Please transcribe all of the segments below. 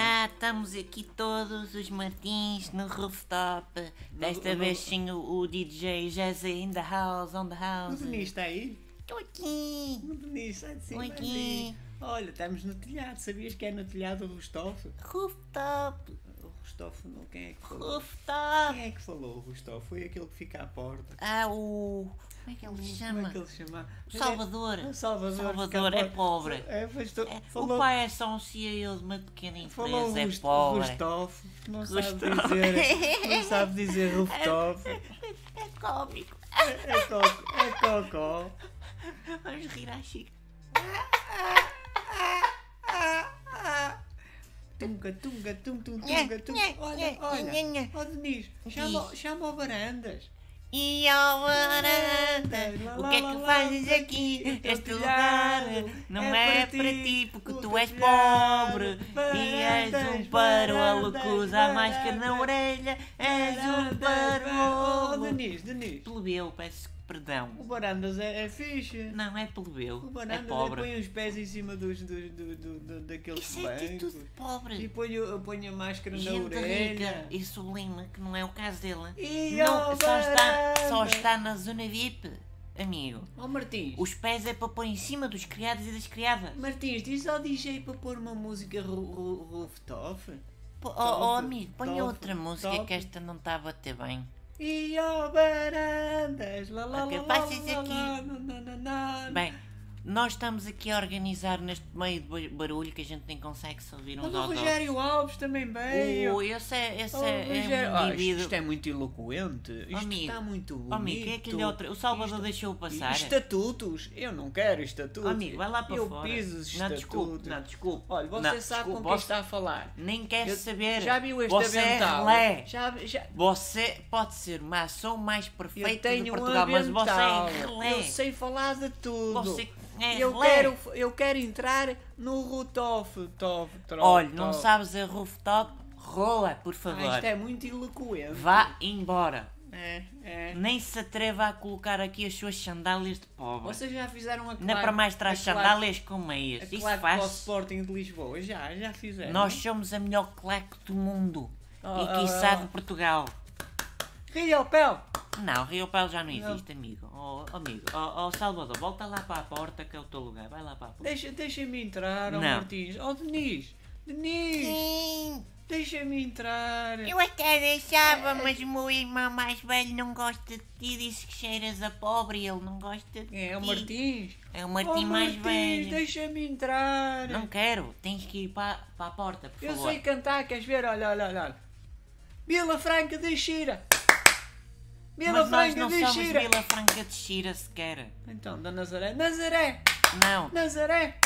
ah, estamos aqui todos os Martins no rooftop. Desta não- vez sim o, o DJ Jazzy in the house, on the O house. Denis está aí? Estou aqui! O Denis está de cima Oi, Gui. ali. Olha, estamos no telhado. Sabias que é no telhado o Rostofo? Rooftop! O Rostofo, não, quem é que falou? Quem Rooftop! é que falou o Rostofo? Foi aquele que fica à porta. Ah, o. Como é que ele se Como é chama? que ele se chama? O Salvador. O Salvador. Salvador fica à é pobre. É, pois tu- É, falou, O pai é só um CEO de uma pequena falou um empresa, o é Rust- pobre. Rostofo. Não Rostofo. sabe dizer. Não sabe dizer Rostofo. É cómico. É cocó. É cocó. Vamos rir à Chica. Ah, Tunga, tunga, tum, tum, Nhé, tunga, tum. nhé, Olha, nhé, nhé, nhé. olha. Ó Denis, chama, chama ao Varandas. E ao varanda, o que é que fazes é aqui? Este lugar não é para ti, porque tu és pobre e és um parolo que usa máscara na orelha, és um Oh, parolo. Denis, Denis. Plebeu, peço O perdão. Varandas é, é fixe. Não é O plebeu, é Varandas é pobre. põe os pés em cima dos, dos, do, do, do- daqueles Isso é bancos. atitude de E pobre. põe, o- põe a máscara tipo, na Gente rica orelha. e sublime, que não é o caso dela. E oh, Não, ao só está, só varanda. está na zona VIP, amigo. Ó Oh, Martins. Os pés é para pôr em cima dos criados e das criadas. Martins, diz ao DJ para pôr uma música ru- ru- rooftop. Pô, Top, oh, oh, amigo, põe top, outra música top. que esta não está a bater bem. E ó barandas, lá lá O que lá, fazes lá, lá, aqui? lá, na, na, na, na. Bem, nós estamos aqui a organizar neste meio de ba- barulho que a gente nem consegue se ouvir uns Mas o aos outros. Rogério Alves também veio. Ui, esse é, esse Oh, é, é Rogério- um Ah, isto, indivíduo. isto é muito eloquente. Isto Amigo, está muito bonito. Oh, amigo, é aquele outro. O Salvador deixou passar. Estatutos? Eu não quero estatutos. Oh, amigo, vai lá para Eu fora. piso os não, estatutos. desculpe, não, desculpe. Olha, você Não, sabe desculpe, com quem você está a falar. Nem quer Eu- saber. Já viu este Você é avental? relé. Já, já... Você pode ser uma ação mais Eu perfeita de tenho Portugal, um mas você avental. é relé. Eu sei falar de tudo. Você é eu, relé. quero, um eu quero entrar no Rutof. Tof, trof, Olha, não tof. sabes a rooftop? Rola, por Ah, favor. isto é muito eloquente. Vá embora. É, é. Nem se atreva a colocar aqui as suas sandálias de pobre. Vocês já fizeram a Não é para mais traz sandálias com meias. Aqui Isso claque É para o faz. Sporting de Lisboa. Já, já fizeram. Nós somos a melhor claque do mundo. é, Oh, e quiçá oh, oh. de Portugal. Rio Pel! Não, Rio Pel já não Não. existe, amigo. Oh, amigo, oh, oh, Salvador, volta lá para a porta que é o teu lugar. Vai lá para a porta. Deixa- Deixa-me entrar, Não. ó Martins. Ó Denis! Denis! Sim, Deixa-me entrar! até deixava, mas o meu irmão mais velho não gosta de ti. Disse que cheiras a pobre e ele não gosta de É, o Oh, Martins! É o Ó Martim mais Martins, velho. deixa-me entrar! Não quero, tens que ir para, para a porta, por Eu favor. sei cantar, queres ver? Olha, olha, olha. olha. Vila Franca de Xira. Vila Mas nós Franca não de somos Xira. Vila Franca de Xira sequer. Então, da Nazaré. Nazaré! Não, Nazaré!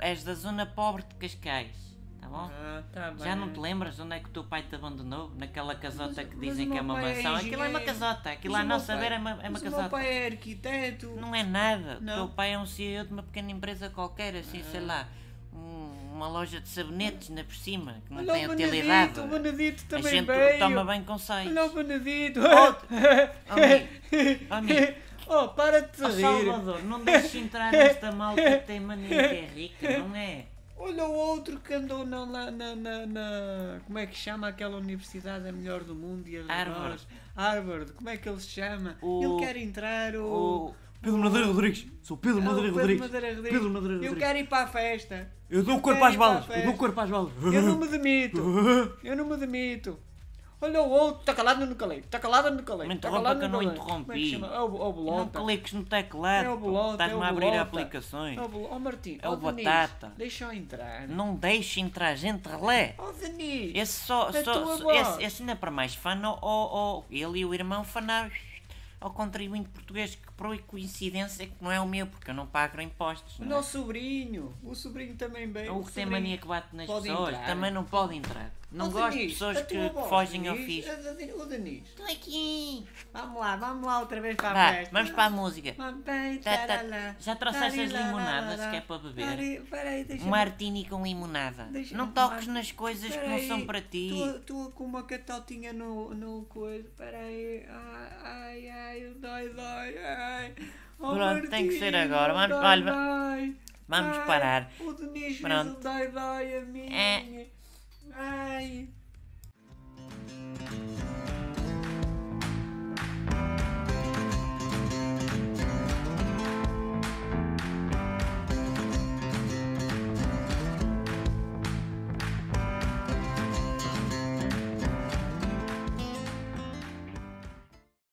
és da zona pobre de Cascais, tá bom? Ah, tá bem. Já não te lembras onde é que o teu pai te abandonou? Naquela casota Mas- que mas dizem o que é meu uma pai é mansão. Aquilo é uma engenheiro. casota, aquilo Mas à o meu nossa pai- beira é uma, é uma mas O casota. meu pai é arquiteto. Não é nada. Não. Ah. O teu pai é um CEO de uma pequena empresa qualquer, assim, sei lá. um- uma loja de sabonetes na por cima, que não Olha tem o Benedito, utilidade. o Benedito A também gente veio. toma bem com seis. Olha o Benedito. Amigo, amigo. Oh, para de te Ó rir. Salvador, não deixes entrar nesta malta que tem mania que é rica, não é? Olha o outro que andou na, lá na, na, na- Como é que chama aquela universidade a melhor do mundo? E a Harvard. Harvard, como é que ele se chama? O- Ele quer entrar o. O Pedro Madeira Rodrigues, sou Pedro Ah, o Madeira Pedro Rodrigues. Madeira Rodrigues. Pedro Madeira Eu Rodrigues. quero ir para a festa. Eu dou eu corpo quero às ir para a balas, eu dou festa. corpo às balas. Eu um não me demito. Eu não me demito. Olha o outro, está calado no calei, está calado no calei. Me está interrompa calado que eu no não caleiro. interrompi. Como é que chama? É o, é o Não Bolota. cliques no teclado, É o pô. Bolota, estás-me Tá a é o abrir Bolota. aplicações. É o Bol- Ó Martim, É o ó, Denis, Batata. Deixa eu entrar. Não deixe entrar gente relé. Ó Denis. Esse só, É só, tua só- voz. esse, esse ainda para mais fã, ou, ou ele e o irmão fanaram ao contribuinte português, que por coincidência que não é o meu, porque eu não pago impostos. O não é? nosso sobrinho, o sobrinho também bem. Ou que tem sobrinho- mania que bate nas pode pessoas, entrar. também não pode entrar. Não Ó, é gosto de Denis, pessoas a que, tua que voz, fogem ao Denis. fixe. A- a- O Denis, Estou aqui! vamos lá, vamos lá outra vez para a Vá, festa. vamos para a música. Vamos bem, Tá, tá. tarará, Já trouxeste as tarilá, limonadas lá, que é lá. para beber? Peraí, peraí, deixa-me- Um martini com limonada. deixa-me Não toques tomar- nas coisas que não peraí, são para ti. Estou- Estou com uma catotinha no, no coisa. Peraí. Ai, ai, ai, dói, dói, ai. Oh, Pronto, tem que ser Martim, agora. Vamos- dói, olha, dói. vamos Ai, parar. O Denis fez Pronto. um dói, dói a mim. É. Ai.